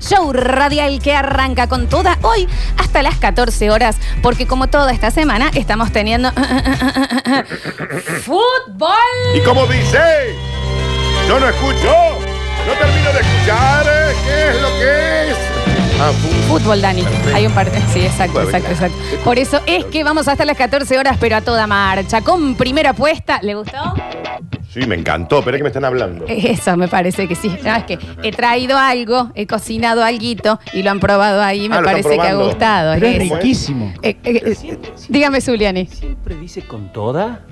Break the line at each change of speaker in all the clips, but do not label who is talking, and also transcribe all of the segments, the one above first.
Show radial que arranca con toda hoy hasta las 14 horas, porque como toda esta semana estamos teniendo fútbol.
¿Y como dice? Yo no escucho. No termino de escuchar eh, qué es lo que es. Ah, fu-
Fútbol, Dani.
Perfecto.
Hay un parte. Sí, exacto,
Bueno,
exacto,
claro.
exacto. Por eso es que vamos hasta las 14 horas, pero a toda marcha, con primera apuesta. ¿Le gustó?
Sí, me encantó, pero es que me están hablando.
Eso me parece que sí. No, es que he traído algo, he cocinado alguito y lo han probado ahí. Me
Ah, lo están
parece que ha
probando.
gustado.
Pero es
Es-
rico.
riquísimo.
Eh, eh, eh, dígame, Zuliani.
¿Siempre dice con toda?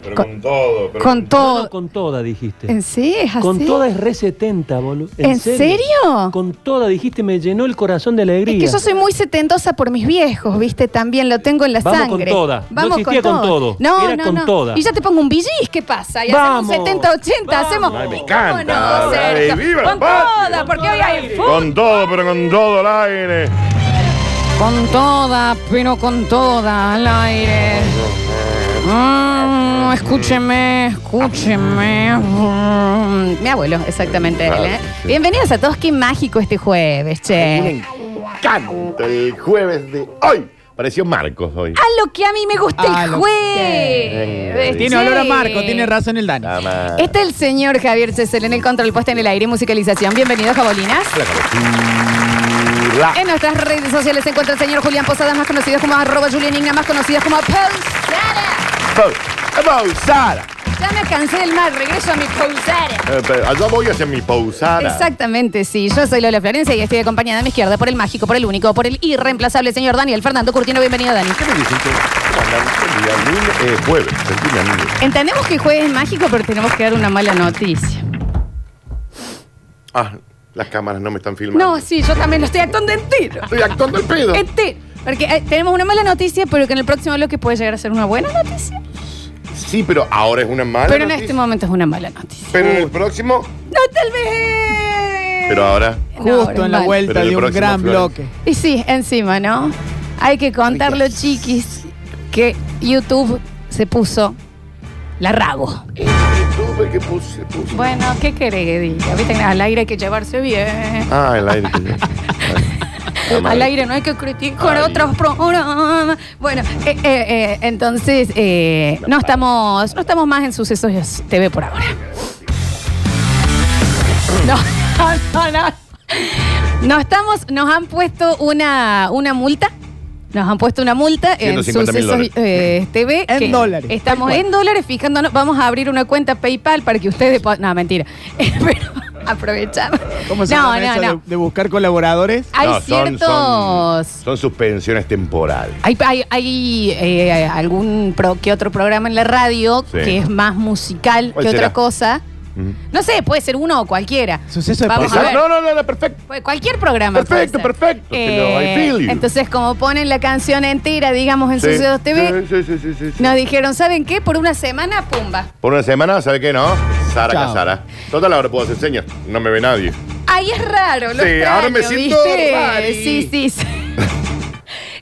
Pero
con-
todo. pero
Con
No,
todo.
no, con toda dijiste.
¿En sí? ¿Es así?
Con toda es re 70, boludo.
¿En serio?
Con toda dijiste, me llenó el corazón de alegría.
Es que yo soy muy setentosa por mis viejos, ¿viste? También lo tengo en la
Vamos
sangre.
con toda. No existía con todo.
No,
Era
no,
con
no.
toda.
Y ya te pongo un billis, ¿qué pasa? Y
Vamos.
hacemos un 70-80,
Vamos.
hacemos...
Ay, me
encanta.
¿Cómo no,
Dale,
Sergio?
viva la
con
patria.
toda, porque hoy hay fútbol.
Con todo, pero con todo el aire.
Con toda, pero con toda, al aire. Mm, escúcheme, escúcheme. Mm, Mi abuelo, exactamente él, ¿eh? Bienvenidos a todos, qué mágico este jueves,
Me
che.
encanta el jueves de hoy. Pareció Marcos hoy.
A lo que a mí me gusta
A
el
lo
jueves.
Tiene
che.
olor a Marco, tiene razón el Dani.
Eh,
Nada más.
Está el señor Javier Cesel en el control puesta en el aire y musicalización. Bienvenidos, Jabolinas.
La cabezuela.
En nuestras redes sociales se encuentra el señor Julián Posadas, más conocido como arroba Julián Igna, más conocido como Pausara.
Pau- Eh, Pausada.
Ya me cansé del mar, regreso a mi Pausara.
Eh, pero Allá voy hacia mi pausada.
Exactamente, sí. Yo soy Lola Florencia y estoy acompañada a mi izquierda por el mágico, por el único, por el irreemplazable señor Daniel Fernando Curtino. Bienvenido, Dani.
¿Qué me dicen que- ¿Cómo andan? Buen día, lunes, eh, jueves, sentí mi anillo.
Entendemos que jueves es mágico, pero tenemos que dar una mala noticia.
Ah, las cámaras no me están filmando.
No, sí, yo también lo estoy actuando entero.
Estoy actuando el pedo.
Entero. Porque eh, tenemos una mala noticia, pero que en el próximo bloque puede llegar a ser una buena noticia.
Sí, pero ahora es una mala.
Pero en
noticia.
este momento es una mala noticia.
Pero en el próximo.
No, tal vez.
Pero ahora.
No,
Justo en la
vale.
Pero
vuelta
el
de un
próximo,
gran
Flores.
bloque.
Y sí, encima, ¿no? Hay que contarlo, chiquis, que YouTube se puso la rabo.
YouTube que puse, puse.
Bueno, ¿qué querés que diga? Viste, al aire hay que llevarse bien.
Ah, el aire. que- Ah,
Al aire no hay que criticar
Ay.
otros programas. Bueno, eh, eh, eh, entonces eh, no estamos no estamos más en Sucesos TV por ahora. No, no, no, no. No estamos, nos han puesto una, una multa. Nos han puesto una multa en
150 mil
Sucesos
dólares.
eh, TV.
En
que
dólares,
Estamos
tal cual.
en dólares fijándonos. Vamos a abrir una cuenta PayPal para que ustedes puedan. No, mentira. Pero aprovechamos.
¿Cómo se
no,
llama
no,
eso
no.
de- de buscar colaboradores?
Hay
No, son-
ciertos.
Son, son suspensiones temporales.
Hay, hay- hay, eh, algún pro- que otro programa en la radio
Sí.
que es más musical que
¿Cuál será?
otra cosa.
Mm.
No sé, puede ser uno o cualquiera.
Suceso de
Vamos a
pasado.
ver.
No, no, no, no, perfecto.
Puede- Cualquier programa.
Perfecto,
puede ser. Eh,
perfecto. Pero I feel you.
entonces, como ponen la canción entera, digamos, en
Sí.
Sucesos TV,
Sí, sí, sí, sí, sí.
nos dijeron, ¿saben qué? Por una semana, pumba.
Por una semana, ¿sabe qué no? Sara
Chao.
Casara. Total, ahora puedo hacer señas. No me ve nadie.
Ahí es raro, lo
Sí,
extraño,
ahora me siento
¿viste?
rari.
Sí, sí, sí.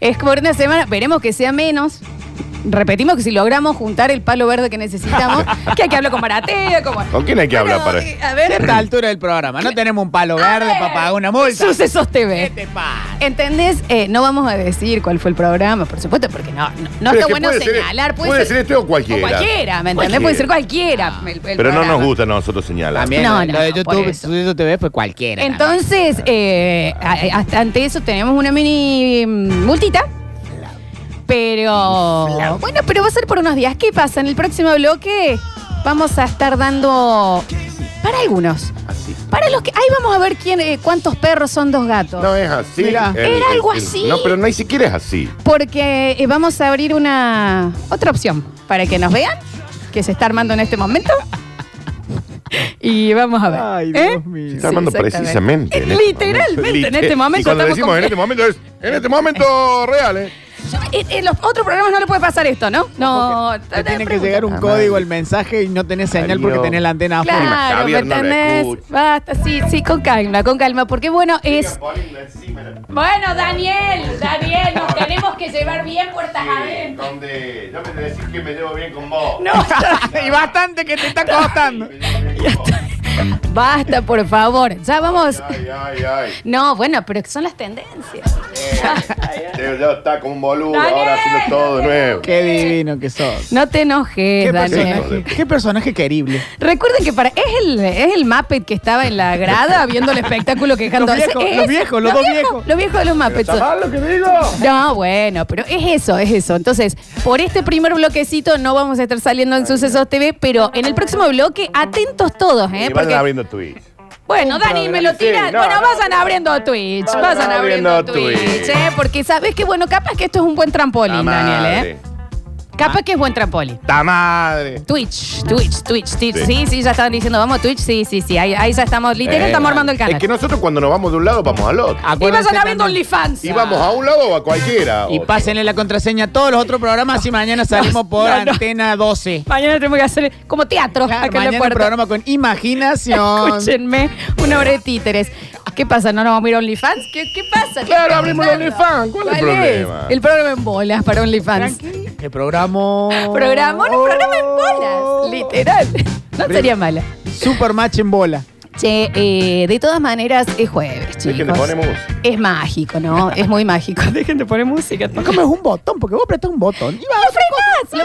es por una semana, veremos que sea menos. Repetimos que si logramos juntar el palo verde que necesitamos, que hay que hablar con Maratea, como...
¿Con quién hay que hablar para
eh, A
A
ver,
esta altura del programa, no tenemos un palo verde
ver.
para pagar una multa.
Sucesos
¿Qué
TV.
te pasa?
¿Entendés? Eh, no vamos a decir cuál fue el programa, por supuesto, porque no, no, no
Pero
está
es que
bueno
puede ser-
señalar.
puede ser este o cualquiera.
O cualquiera, ¿me entendés?
Cualquiera.
Puede ser cualquiera. el- el
Pero no nos
programa.
gusta a nosotros señalar.
También
No,
lo-
no,
lo de
no, por
YouTube,
eso.
Suceso TV fue cualquiera. nada más.
Entonces, eh, a- hasta ante eso tenemos una mini mm, multita. Pero. Bueno, pero va a ser por unos días. ¿Qué pasa? En el próximo bloque vamos a estar dando. Para algunos.
Así.
Para los que. Ahí vamos a ver quién, eh, cuántos perros son dos gatos.
No es así.
Mirá.
Era algo así.
No, pero ni siquiera es así.
Porque eh, vamos a abrir una. otra opción para que nos vean, que se está armando en este momento. Y vamos a ver.
Ay,
¿Eh?
Dios mío.
Se está armando
Sí, exactamente.
precisamente. en
Eh,
este
literalmente,
momento.
en este
Liter-
momento
Y cuando
estamos
decimos
con-
en este momento es en este momento real, ¿eh?
Yo- En, en los otros programas no le puede pasar esto, ¿no? No.
Te tiene que
pregunta.
llegar un
Ah,
código
madre.
al mensaje y no tenés señal
Salió.
porque tenés la antena afuera.
Claro, ¿me
Javier no lo
entendés?
escucha.
Basta, sí, sí, con calma, con calma, porque bueno, es... Bueno, Daniel, Daniel, nos tenemos que llevar bien puertas adentro.
Donde yo me decís que me llevo bien con vos.
No,
y bastante que te está costando.
ya está. Basta, por favor. Ya vamos.
Ay, ay, ay.
No, bueno, pero son las tendencias.
Yo ya está como un boludo
Dale.
ahora haciendo todo de nuevo.
Qué divino que sos.
No te enojes,
Qué
Daniel.
personaje, qué personaje querible.
Recuerden que para es el, es el Muppet que estaba en la grada viendo el espectáculo quejando.
Los viejos,
Es-
los viejos, los dos viejos.
Los viejos de los Muppets.
¿Está mal lo que digo?
No, bueno, pero es eso, es eso. Entonces, por este primer bloquecito no vamos a estar saliendo en Sucesos TV, pero en el próximo bloque, atentos todos, ¿eh?
Y van
Porque,
abriendo Twitch.
bueno, Dani, me lo
Sí,
tira.
no,
bueno,
no.
vayan abriendo Twitch,
Vayan
vayan abriendo
abriendo
Twitch,
Twitch.
¿eh? Porque sabes que, bueno, capaz que esto es un buen
Ta
trampolín, Daniel,
madre.
¿eh? Capaz que es buen trampolín.
Ta madre.
Twitch, Twitch, Twitch, Twitch.
Sí.
Sí, sí, ya estaban diciendo, vamos a Twitch, sí, sí, sí. Ahí, ahí ya estamos, literal,
Eh,
estamos armando el canal. Ah,
Es que nosotros cuando nos vamos de un lado vamos al otro.
Y vayan
Acuérdense
abriendo
también-
OnlyFans.
Y vamos a un lado o a cualquiera.
Y
O-
pásenle la contraseña a todos los otros programas y mañana salimos por
no, no.
Antena 12.
Mañana tenemos que hacer como teatro
Claro,
acá en la
mañana un
puerta.
programa con imaginación.
Escúchenme, una hora de títeres. ¿Qué pasa? ¿No nos vamos a ir a OnlyFans? ¿Qué, qué pasa? ¿Qué
Claro,
está
abrimos
pasando?
OnlyFans. ¿Cuál es el problema?
El programa en bolas para OnlyFans.
El programa.
Programa, un programa en bolas, literal. No sería mala.
Supermatch en bola.
Che, eh, de todas maneras es jueves, chicos.
Dejen de poner música.
Es mágico, ¿no? Es muy mágico. Dejen de poner música. No
No comes un botón, porque vos apretás un botón. Y va.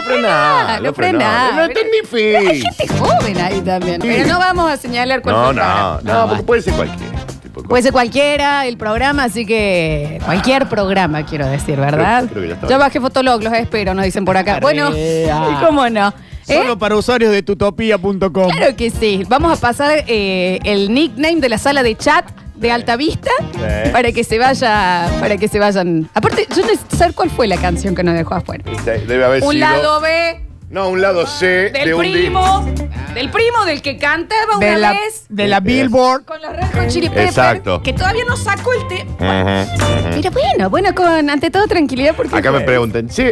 frenás, lo
frená,
frenás, lo frenás.
No es tan
Hay
difícil.
gente joven ahí también. Pero no vamos a señalar cuál fue
No,
el programa.
no, no, porque puede ser cualquiera. Tipo,
Puede ser cualquiera el programa, así que cualquier programa quiero decir, ¿verdad?
Creo- creo que ya está
Yo
bien. ah.
bajé Fotolog, los espero, nos dicen por acá. Bueno,
Arrea.
¿y cómo no? ¿Eh?
Solo para usuarios de tutopia.com.
Claro que sí. Vamos a pasar eh, el nickname de la sala de chat de Altavista
Sí.
para que se vaya, para que se vayan. Aparte, yo necesito saber cuál fue la canción que nos dejó afuera.
Este, Debe haber
Un
sido-
lado B
No, un lado C
del
de un disco.
primo, del primo del que cantaba una
De la,
vez
de
Este
la Billboard.
con los Red Hot Chili Peppers,
Exacto.
que todavía no sacó el tema.
Ujú, ujú.
Pero bueno, bueno, con ante todo tranquilidad porque.
Acá me preguntan, sí.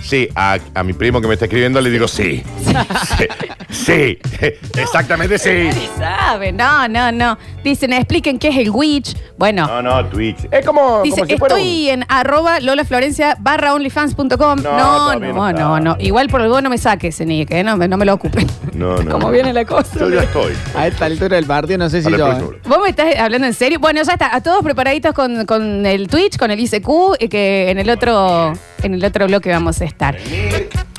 Sí, a, a mi primo que me está escribiendo le digo sí. Sí, sí, exactamente sí.
Nadie sabe, no, no, no. Dicen, expliquen qué es el witch. Bueno,
No, no, Twitch. Es como,
dice,
como si fuera un-
estoy en arroba lolaflorencia barra onlyfans.com. No, no,
todavía no
no,
está.
no, Igual por algo no me saque ese nick, ¿eh? no, me- no me lo ocupen.
No, no.
Como viene la cosa.
Yo ya pues, estoy.
A esta altura del barrio, no sé si
Para el
yo.
próximo
eh.
bloque.
¿Vos me estás hablando en serio? Bueno, ya está. A todos preparaditos con, con el Twitch, con el ICQ, y eh, que en el otro, en el otro bloque vamos a estar.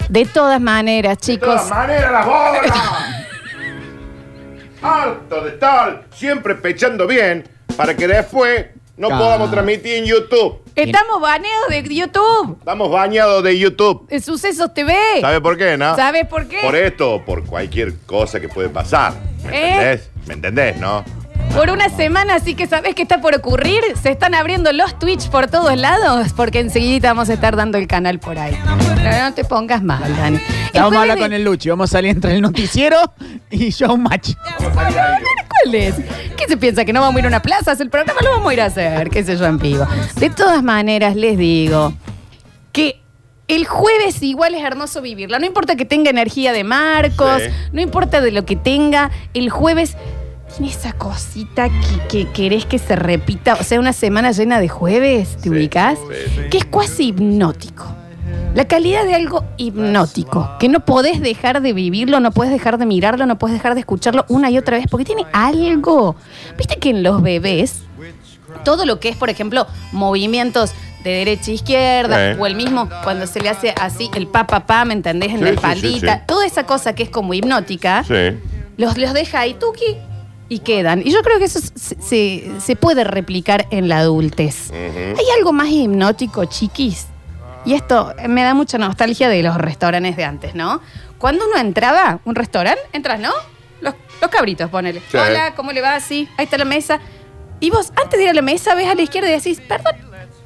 De todas maneras,
De
chicos.
todas maneras, las bolas. Alto de tal, siempre pechando bien, para que después no
Ah.
podamos transmitir en YouTube.
Estamos baneados de YouTube.
Estamos bañados de YouTube.
En Sucesos TV.
¿Sabes por qué, no?
¿Sabes por qué?
Por esto o por cualquier cosa que puede pasar. ¿Me
¿Eh?
entendés? ¿Me entendés, no?
Por una semana, así que sabés que está por ocurrir. Se están abriendo los Twitch por todos lados, porque enseguida vamos a estar dando el canal por ahí. No, no te pongas mal, Dani. El
Ya vamos a
jueves
hablar
de-
con el Luchi. Vamos a salir entre el noticiero y Showmatch.
¿Cuál es? ¿Qué se piensa? ¿Que no vamos a ir a una plaza? ¿Es el programa? Lo vamos a ir a hacer, qué sé yo, en vivo. De todas maneras, les digo que el jueves igual es hermoso vivirla. No importa que tenga energía de Marcos,
Sí.
no importa de lo que tenga, el jueves tiene esa cosita que, que querés que se repita. O sea, una semana llena de jueves, ¿te
Sí,
ubicas?
sí, sí.
Que es cuasi hipnótico. La calidad de algo hipnótico, que no podés dejar de vivirlo, no podés dejar de mirarlo, no podés dejar de escucharlo una y otra vez, porque tiene algo. Viste que en los bebés, todo lo que es, por ejemplo, movimientos de derecha a izquierda,
Sí.
o el mismo cuando se le hace así, el pa, pa, pa, ¿me entendés? En
Sí,
la
sí, sí,
espaldita,
sí.
toda esa cosa que es como hipnótica,
Sí.
los, los deja ahí tuki y quedan. Y yo creo que eso se, se- se puede replicar en la adultez. Hay algo más hipnótico, chiquis. Y esto me da mucha nostalgia de los restaurantes de antes, ¿no? Cuando uno entraba, un restaurante, entras, ¿no? Los, los cabritos, ponele.
Sí.
Hola, ¿cómo le va? así ahí está la mesa. Y vos, antes de ir a la mesa, ves a la izquierda y decís, perdón,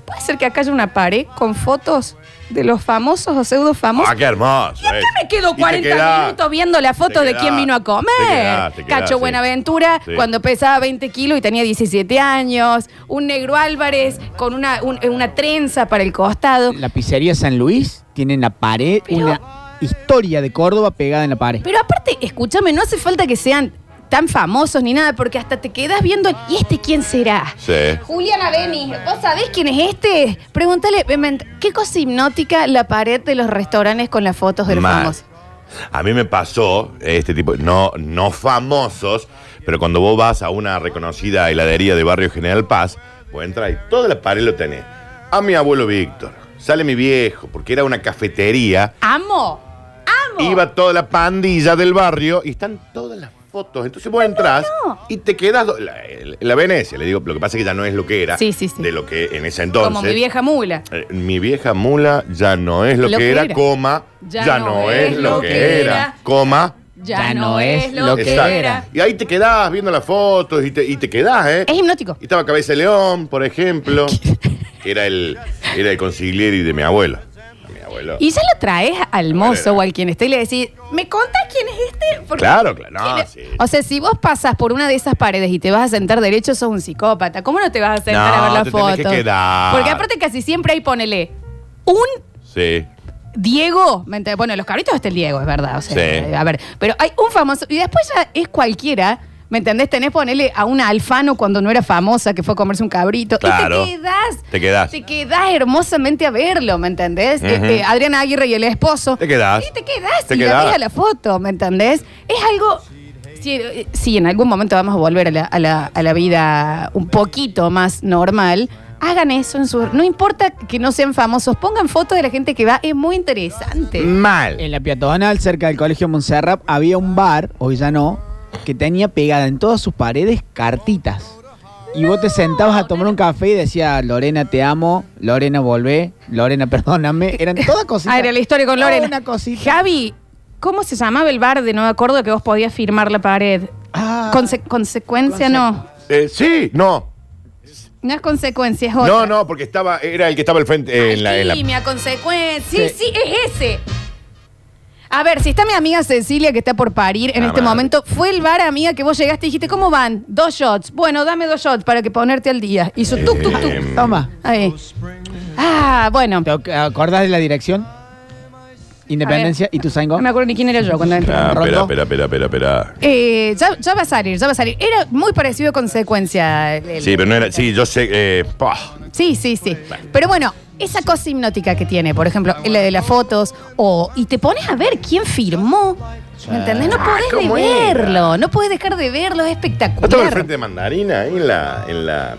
¿puede ser que acá haya una pared con fotos de los famosos o pseudo famosos?
Ah, qué hermoso.
¿Y acá
eh.
me quedo
Y te
40
quedás.
minutos viendo la foto
Te
de
quedás,
quién vino a comer?
te quedás, te quedás,
Cacho
sí.
Buenaventura,
Sí.
cuando pesaba 20 kilos y tenía 17 años. Un negro Álvarez con una, un- una trenza para el costado.
La pizzería San Luis tiene en la pared
Pero-
una historia de Córdoba pegada en la pared.
Pero aparte, escúchame, no hace falta que sean tan famosos ni nada, porque hasta te quedas viendo, el- ¿y este quién será?
Sí.
Juliana Beni, ¿vos sabés quién es este? Pregúntale, ¿qué cosa hipnótica la pared de los restaurantes con las fotos de los
Mal.
famosos?
A mí me pasó, este tipo, no, no famosos, pero cuando vos vas a una reconocida heladería de barrio General Paz, vos entras y toda la pared lo tenés. A mi abuelo Víctor, sale mi viejo, porque era una cafetería,
Amo, amo.
iba toda la pandilla del barrio y están todas las fotos. Entonces vos entras y te quedas. do- La, la Venecia, le digo, lo que pasa es que ya no es lo que era
Sí, sí, sí.
de lo que en ese entonces.
Como mi vieja mula.
Eh, mi vieja mula ya no es lo, que, era, coma, ya, no, es lo que, era, coma.
Ya, no es lo que
exacto.
era.
Y ahí te quedás viendo las fotos y te, y te quedás, ¿eh?
Es hipnótico.
Y estaba Cabeza de León, por ejemplo, que era el, era el consiglieri de mi abuelo. Mi abuelo.
Y ya lo traes al mozo o al quien esté y le decís, ¿me contás quién es este? Porque-
Claro, claro, no,
¿quién es?
sí.
O sea, si vos pasas por una de esas paredes y te vas a sentar derecho, sos un psicópata. ¿Cómo no te vas a sentar a
No,
ver la
te
foto?
tenés que quedar.
Porque aparte casi siempre ahí ponele un
Sí.
Diego, ¿me entiendes? bueno, los cabritos está el Diego, es verdad. O sea,
Sí.
eh, a ver, pero hay un famoso, y después ya es cualquiera, ¿me entendés? Tenés ponerle a una Alfano cuando no era famosa, que fue a comerse un cabrito.
Claro.
Y te quedás.
Te quedás.
Te quedás hermosamente a verlo, ¿me entendés?
Ujú.
Este, Adriana Aguirre y el esposo.
Te quedás.
Y te quedás,
Te
y la
quedás.
ves a la foto, ¿me entendés? Es algo. Si, eh, si en algún momento vamos a volver a la, a la- a la vida un poquito más normal, hagan eso en su. No importa que no sean famosos, pongan fotos de la gente que va, es muy interesante.
Mal.
En la peatonal, cerca del colegio Montserrat, había un bar, hoy ya no, que tenía pegada en todas sus paredes cartitas. Y vos te sentabas a tomar un café y decía, Lorena, te amo, Lorena, volvé, Lorena, perdóname. Eran todas cositas.
Ah, era la historia con Lorena.
Toda Una cosita.
Javi, ¿cómo se llamaba el bar de Nueva Córdoba que vos podías firmar la pared?
Ah.
Conse- consecuencia no.
Eh, sí, no.
No es consecuencia, es otra.
No, no, porque estaba, era el que estaba al frente eh, en la. en la-
Alquimia, consecuencia. Sí, sí,
Sí.
es ese. A ver, si está mi amiga Cecilia que está por parir en
Ah,
este
madre.
momento, fue el bar, amiga, que vos llegaste y dijiste, ¿cómo van? Dos shots. Bueno, dame dos shots para que ponerte al día. Hizo tuk, tuk, tuk.
Eh,
Em. Toma.
Ahí. Ah, bueno.
¿Te ac- acordás de la dirección? Independencia y tu
No me acuerdo ni quién era yo cuando entré.
Ah, espera,
Rondo.
espera, espera, espera, espera.
Eh, ya, ya va a salir, ya va a salir. Era muy parecido a consecuencia. el-
Sí, pero no era. Sí, yo sé. Eh, pa.
Sí, sí, sí. Pero bueno, esa cosa hipnótica que tiene, por ejemplo, la de las fotos, o, y te pones a ver quién firmó. ¿Me entendés? No podés de
Ah, ¿cómo era?
verlo, no podés dejar de verlo, es
No estaba al
espectacular.
frente de mandarina ahí en la. En la...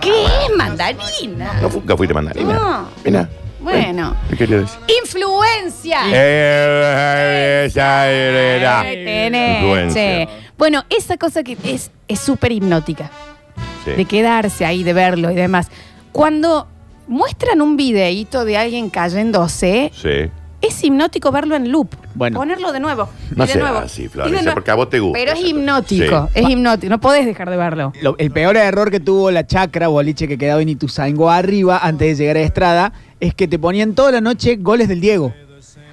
¿Qué es mandarina?
No fu- nunca fuiste mandarina.
No.
Mira.
Bueno.
¿Qué quería decir?
¡Influencia!
Eh, esa era.
Ay, tenés,
Influencia.
che. Bueno, esa cosa que es es súper hipnótica.
Sí.
de quedarse ahí, de verlo y demás. Cuando muestran un videíto de alguien cayéndose,
Sí.
es hipnótico verlo en loop.
Bueno.
Ponerlo de nuevo.
No
y de
seas
nuevo,
así,
y de
Florencia,
nuevo.
porque uh, a vos te gusta
Pero es
esa cosa.
hipnótico, es hipnótico. No podés dejar de verlo.
Lo- el peor error que tuvo la chacra, boliche que quedaba en Ituzaingó arriba antes de llegar a Estrada, es que te ponían toda la noche goles del Diego.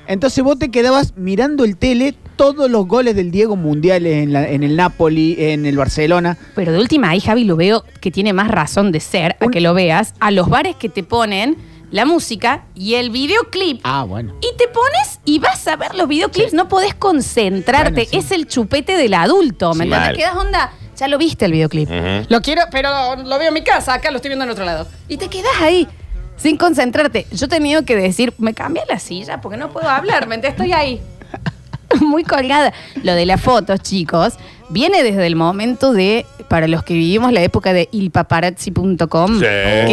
Entonces vos te quedabas mirando el tele todos los goles del Diego mundiales en, la- en el Napoli, en el Barcelona.
Pero de última, ahí Javi lo veo que tiene más razón de ser, a que lo veas, a los bares que te ponen la música y el videoclip.
Ah, bueno.
Y te pones y vas a ver los videoclips, no podés concentrarte.
Bueno, sí.
Es el chupete del adulto, ¿me
Sí.
entiendes?
Mal.
Quedas onda, ya lo viste el videoclip.
Ujú.
Lo quiero, pero lo veo en mi casa, acá lo estoy viendo en otro lado. Y te quedás ahí, sin concentrarte. Yo he tenido que decir, me cambié la silla porque no puedo hablar, ¿me entiendes? Estoy ahí. Muy colgada. Lo de las fotos, chicos, viene desde el momento de, para los que vivimos la época de ilpaparazzi.com,
Sí.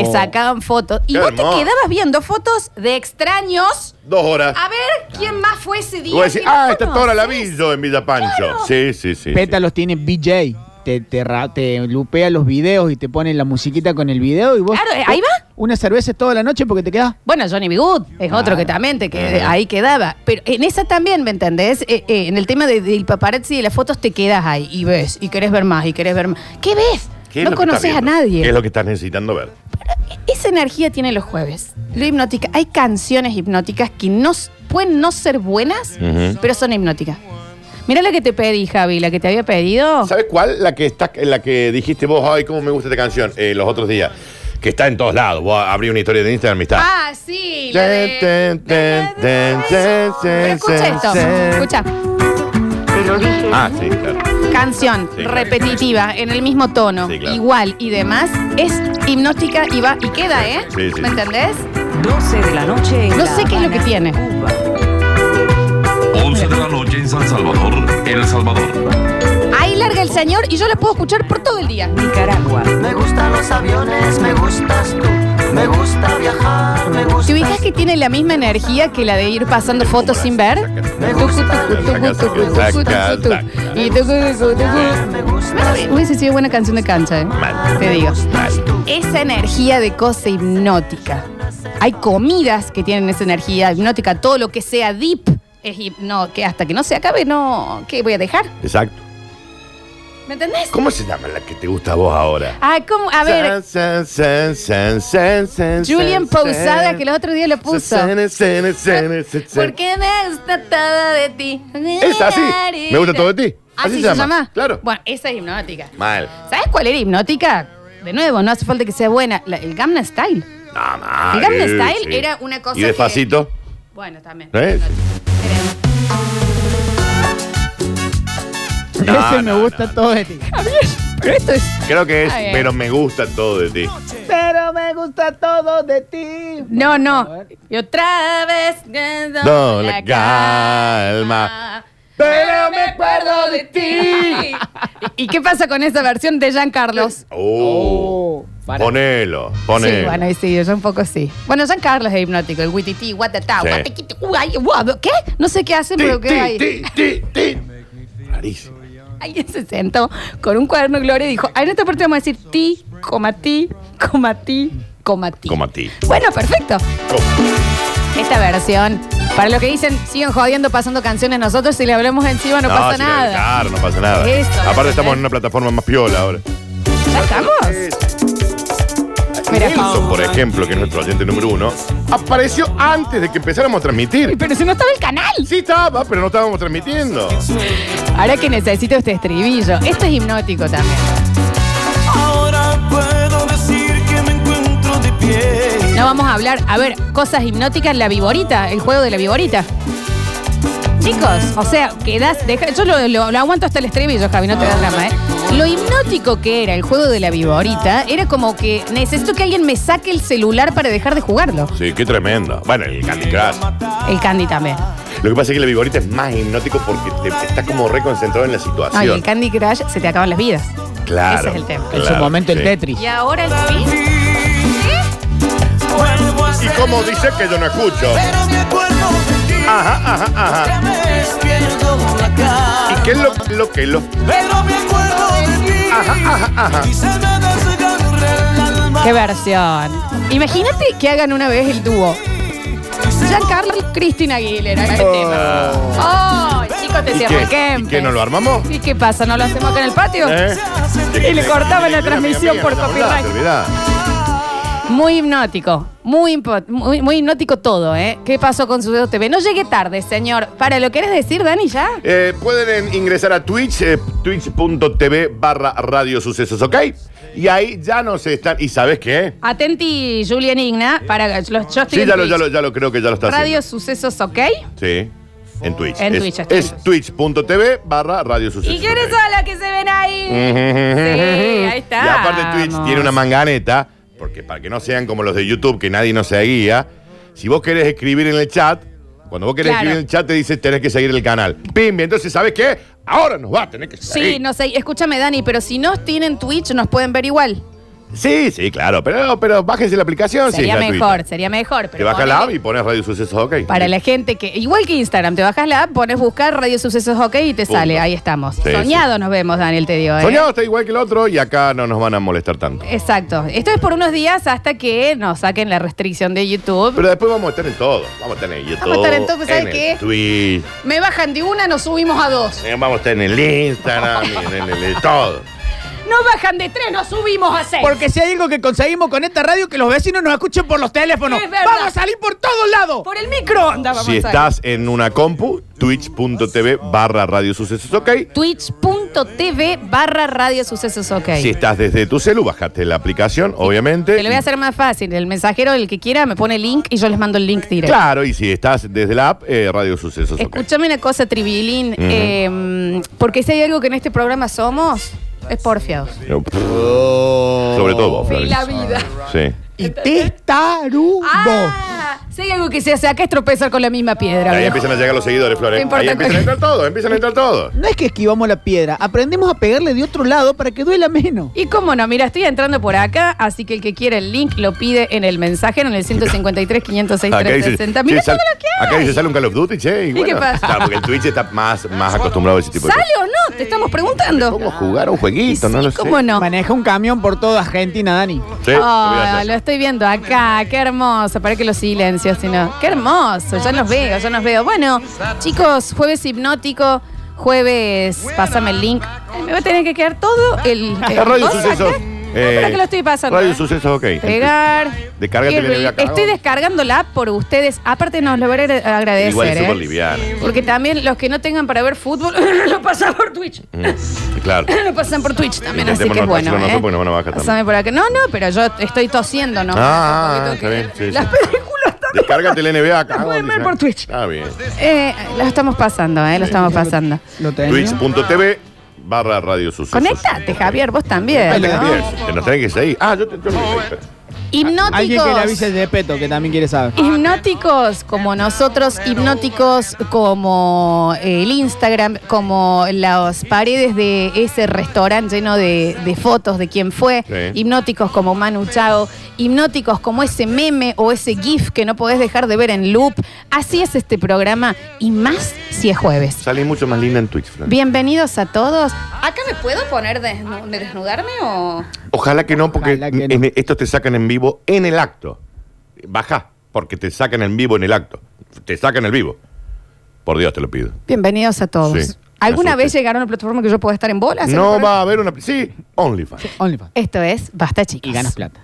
que sacaban fotos. Y
Qué
vos
hermoso.
te quedabas viendo fotos de extraños.
Dos horas.
A ver quién más fue ese día.
Vos decís,
¿Quién
ah,
más
está
conoces?
Tora Lavillo en Villa Pancho. Sí, sí, sí. sí.
Pétalos tiene BJ. Te, te, ra- te lupea los videos y te pone la musiquita con el video y vos.
Claro, eh, ahí va.
Una cerveza toda la noche porque te quedas.
Bueno, Johnny B. Good es otro que también te que- ahí quedaba. Pero en esa también, ¿me entendés? Eh, eh, en el tema de- del paparazzi y de las fotos te quedas ahí y ves, y querés ver más, y querés ver más. ¿Qué ves?
¿Qué es
no
lo que
conoces
estás
a
viendo? ¿Qué
nadie.
es lo que estás necesitando ver?
Esa energía tiene los jueves. Lo hipnótica. Hay canciones hipnóticas que no, s- pueden no ser buenas,
Ujú.
pero son hipnóticas. Mira la que te pedí, Javi, la que te había pedido.
¿Sabes cuál? La que está, la que dijiste vos, ay, cómo me gusta esta canción, eh, los otros días. Que está en todos lados. Vos abrí una historia de Instagram y está.
Ah, sí. la de-
Ten, ten, ten, ten, ten,
Pero
ten,
escucha
ten,
esto.
ten.
Escucha.
Ah, sí, claro.
Canción
Sí, claro.
repetitiva, en el mismo tono,
Sí, claro.
igual y demás, es hipnótica y va y queda, ¿eh?
Sí, sí,
¿Me
sí.
entendés?
12 de la noche. en
No
La
sé qué es lo que
Habana,
tiene.
Cuba.
Un
11 de la noche en San Salvador, El Salvador.
Ahí larga el señor y yo la puedo escuchar por todo el día.
Nicaragua.
Me gustan los aviones, me gustas tú. Me gusta viajar, me gusta.
¿Te ubicas que tiene la misma energía que la de ir pasando fotos sin ver? Y Hubiese sido buena canción de cancha, ¿eh?
Mal.
Te digo.
Mal.
Esa energía de cosa hipnótica. Hay comidas que tienen esa energía hipnótica. Todo lo que sea deep es hipno. Que hasta que no se acabe, no. ¿Qué voy a dejar?
Exacto.
¿Me entendés?
¿Cómo se llama la que te gusta a vos ahora?
Ah, ¿cómo? A ver,
San, san, san, san, san,
Julian
san,
Pausada,
san.
que el otro día lo puso.
San, san, san, san, san.
¿Por qué me gusta todo de ti?
Es así. Me gusta todo de ti.
¿Así,
Así
Ah, se,
se
llama?
llama. Claro.
Bueno, esa es hipnótica.
Mal.
¿Sabes cuál era hipnótica? De nuevo, no hace falta que sea buena. La- el Gamma Style.
No, mal.
El Gangnam
eh,
Style era una cosa
Y despacito.
Bueno, también.
¿Eh? No,
Ese
no,
me gusta
no,
todo de ti.
Pero esto es.
Creo que es,
Está bien.
pero me gusta todo de ti.
Pero me gusta todo de ti.
No,
A
no.
ver.
Y otra vez. No,
No, la calma.
Pero me acuerdo de ti. ¿Y qué pasa con esa versión de Jean Carlos?
Oh.
Oh, para.
Ponelo,
Sí,
ponelo.
bueno, y sí, yo un poco sí. Bueno, Jean Carlos es hipnótico, el wititi, guatatá,
Sí.
guatequiti, uay, guau, ¿qué? No sé qué hace,
Ti,
pero qué
ti,
hay.
ti, ti, ti. Rarísimo.
Alguien se sentó con un cuaderno de gloria y dijo, "Ah, en esta parte vamos a decir ti, coma ti, coma ti, coma ti.
Como a ti.
Bueno, perfecto.
Como-
Esta versión. Para los que dicen, siguen jodiendo pasando canciones nosotros, si le hablamos encima no, pasa
si no,
nada.
Claro, no pasa nada.
Eso,
Aparte
¿entendés?
estamos en una plataforma más piola ahora.
¿Ya estamos? Mira,
Nelson, por ejemplo, que es nuestro oyente número uno, apareció antes de que empezáramos a transmitir.
pero si no estaba el canal.
Sí estaba, pero no estábamos transmitiendo.
Ahora que necesito este estribillo. Esto es hipnótico también.
Ahora puedo decir que me encuentro de pie.
No vamos a hablar, a ver, cosas hipnóticas, la viborita, el juego de la viborita. Chicos, o sea, quedás, deja- yo lo, lo- lo aguanto hasta el estribillo, Javi, no te das drama, ¿eh? Lo hipnótico que era el juego de la viborita era como que necesito que alguien me saque el celular para dejar de jugarlo.
Sí, qué tremendo. Bueno, el Candy Crush.
El Candy también.
Lo que pasa es que la vigorita es más hipnótico porque te, estás como reconcentrado en la situación.
Ay, el Candy Crush se te acaban las vidas.
claro.
ese es el tema. En
En su
claro,
momento el
sí.
Tetris.
Y ahora el fin.
Vuelvo a
¿Y
ser
cómo dice que yo no escucho?
Pero me acuerdo de ti.
Ajá, ajá, ajá.
Otra vez pierdo la
¿Y
cara.
qué es lo, lo que lo?
Pero me acuerdo de ti. Y se me desgarra el alma.
Qué versión. Imagínate que hagan una vez el dúo. Giancarlo y Cristina Aguilera. ese tema. Oh, chicos, te
¿Y
cierro el
qué? ¿Y
Kempes.
qué no lo armamos?
¿Y qué pasa? ¿No lo hacemos acá en el patio?
¿Eh?
Y le cortaban la
Mira,
transmisión
mira,
por
mira,
copyright.
te olvidás.
Muy hipnótico. Muy, impo- muy, muy hipnótico todo, ¿eh? ¿Qué pasó con su TV? No llegué tarde, señor. ¿Para lo querés decir, Dani, ya?
Eh, pueden ingresar a Twitch, eh, twitch.tv barra radio sucesos, ¿ok? Y ahí ya nos están. ¿Y sabes qué?
Atenti, Julian Igna. Para los, yo estoy
Sí,
en
ya lo,
Twitch.
ya, lo, ya lo creo que ya lo está
Radio Sucesos, ¿ok?
haciendo. Sí. En Twitch.
En
es,
Twitch está.
Es twitch.tv barra radio sucesos.
¿Y quiénes
¿ok?
son las que se ven ahí?
Sí,
ahí está.
Y aparte Twitch tiene una manganeta, porque para que no sean como los de YouTube, que nadie nos seguía, si vos querés escribir en el chat, cuando vos querés
Claro.
escribir en el chat te dice tenés que seguir el canal. Pim, y entonces ¿sabes qué? Ahora nos va a tener que seguir.
Sí, no sé. Escúchame, Dani, pero si no tienen Twitch, nos pueden ver igual.
Sí, sí, claro, pero, pero bájense la aplicación.
sería
sí, es gratuita.
mejor, sería mejor.
Te
pero
bajas la app
ponele-
y pones Radio Sucesos, ok.
Para la gente que, igual que Instagram, te bajas la app, pones buscar Radio Sucesos OK y te
Punto.
sale, ahí estamos.
Sí,
Soñado nos vemos, Daniel, te digo. ¿eh?
Soñado está igual que el otro y acá no nos van a molestar tanto.
Exacto. Esto es por unos días hasta que nos saquen la restricción de YouTube.
Pero después vamos a estar en todo. Vamos a estar en YouTube.
Vamos a estar en todo, pues, ¿sabes
el
qué?
Twitch.
Me bajan de una, nos subimos a dos.
eh, Vamos a estar en el Instagram, y en el- en el todo.
Nos bajan de tres, nos subimos a seis.
Porque si hay algo que conseguimos con esta radio, que los vecinos nos escuchen por los teléfonos.
Es verdad.
¡Vamos a salir por todos lados!
por el microondas Ah, vamos
Si
a-
estás en una compu, twitch.tv barra radio sucesos, ok.
Twitch.tv barra Radio Sucesos OK.
Si estás desde tu celu, bajaste la aplicación, obviamente.
Te lo voy a hacer más fácil. El mensajero, el que quiera, me pone el link y yo les mando el link directo.
Claro, y si estás desde la app, eh, radio sucesos, ok.
Escúchame una cosa, Tribilín. eh, porque si hay algo que en este programa somos, es porfiados.
Pero, pff, Sobre todo vos, Florencia.
vida.
Sí.
Y testarudo.
Ah, Si hay algo que se hace acá es tropezar con la misma piedra.
Ahí
viejo.
empiezan a llegar los seguidores,
No
Flores.
importa
Ahí empiezan a entrar todos, empiezan a entrar todos.
No es que esquivamos la piedra, aprendemos a pegarle de otro lado para que duela menos.
Y cómo no, mira, estoy entrando por acá, así que el que quiera el link lo pide en el mensaje, en el 153 506
Acá dice,
360.
che,
Mira todo
sal-
lo que hay.
acá dice, sale un Call of Duty, che. ¿Y, bueno,
qué pasa?
Claro, porque el Twitch está más, más acostumbrado a ese tipo de
¿Sale
cosas.
o no? Te estamos preguntando.
¿Cómo jugar a un
Y
jueguito?
sí,
no lo sé.
¿Cómo no?
Maneja un camión por toda Argentina, Dani.
Sí, lo voy a
Oh,
hacer.
lo estoy viendo acá, qué hermoso, para que lo silencio, si no. Qué hermoso, ya nos veo, ya nos veo. Bueno, chicos, jueves hipnótico, jueves, pásame el link. Ay, Me va a tener que quedar todo el.
Ah, Radio
Eh, ¿vos acá?
Sucesos.
No,
Eh,
¿Para qué lo estoy pasando?
Radio
eh?
Sucesos, ok.
Pegar.
Descarga el
Qué rico.
teléfono acá.
Estoy descargando la app por ustedes. Aparte nos lo voy a agra- agradecer.
Igual es
¿eh?
súper liviana.
Porque también los que no tengan para ver fútbol lo pasan por Twitch.
Mm, claro.
lo pasan por Twitch también, así
Intentémonos
que es bueno.
hacerlo
¿eh?
nosotros porque nos van a bajar también.
Pásame por acá. No, no, pero yo estoy tosiendo, ¿no?
Ah,
Porque tengo
está
que-
bien, sí,
Las
sí.
películas también.
Descárgate el NBA acá.
La pueden ver
dice.
por Twitch.
Ah, bien.
Eh, lo estamos pasando, ¿eh? Lo estamos pasando.
Lo tenés.
Twitch.tv barra Radio Sucesos.
Conéctate, Javier, vos también.
Dale,
¿no?
Bien, que nos tenés que seguir. Ah, yo te yo lo sé.
Alguien que le avise
Hipnóticos.
de peto, que también quiere saber.
Hipnóticos como nosotros, hipnóticos como eh, el Instagram, como las paredes de ese restaurante lleno de, de fotos de quién fue,
Sí.
hipnóticos como Manu Chao, hipnóticos como ese meme o ese GIF que no podés dejar de ver en loop. Así es este programa y más si es jueves.
Salís mucho más linda en Twitch, Flor.
Bienvenidos a todos. ¿Acá me puedo poner desnu- desnudarme o...?
Ojalá que no, porque
Ojalá que
en-
no.
estos te sacan en vivo en el acto. Baja, porque te sacan en vivo en el acto. Te sacan en vivo. Por Dios, te lo pido.
Bienvenidos a todos.
Sí,
¿Alguna
asusté.
vez llegaron a una plataforma que yo pueda estar en bolas?
No va a haber una... Sí, OnlyFans.
OnlyFans.
Esto es Basta Chicos.
Y ganas plata.